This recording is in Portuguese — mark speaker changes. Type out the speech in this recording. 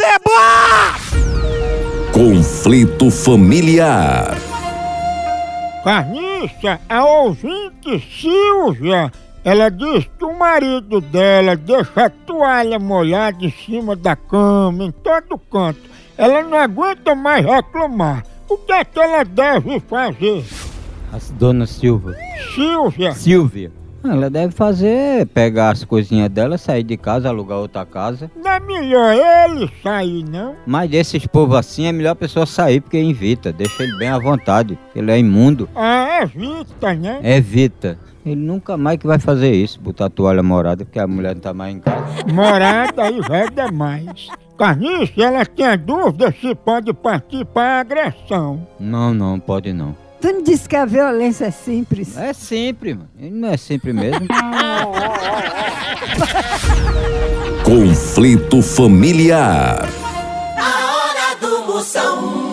Speaker 1: Seba!
Speaker 2: Conflito familiar.
Speaker 3: Carniça, a ouvinte Silvia, ela diz que o marido dela deixa a toalha molhada em cima da cama, em todo canto. Ela não aguenta mais reclamar. O que é que ela deve fazer?
Speaker 4: A dona Silva.
Speaker 3: Silvia,
Speaker 4: Silvia. Ela deve fazer, pegar as coisinhas dela, sair de casa, alugar outra casa.
Speaker 3: não é melhor ele sair, não?
Speaker 4: Mas desses povos assim é melhor a pessoa sair porque invita, deixa ele bem à vontade. Ele é imundo,
Speaker 3: Ah, evita, né?
Speaker 4: evita. Ele nunca mais que vai fazer isso, botar a toalha morada, porque a mulher não tá mais em casa.
Speaker 3: Morada aí vai demais. Carniça, ela tem a dúvida se pode partir para agressão.
Speaker 4: Não, não, pode não.
Speaker 5: Tu não disse que a violência é simples?
Speaker 4: É sempre, mano. Ele não é sempre mesmo.
Speaker 2: Conflito familiar.
Speaker 6: A hora do Moção.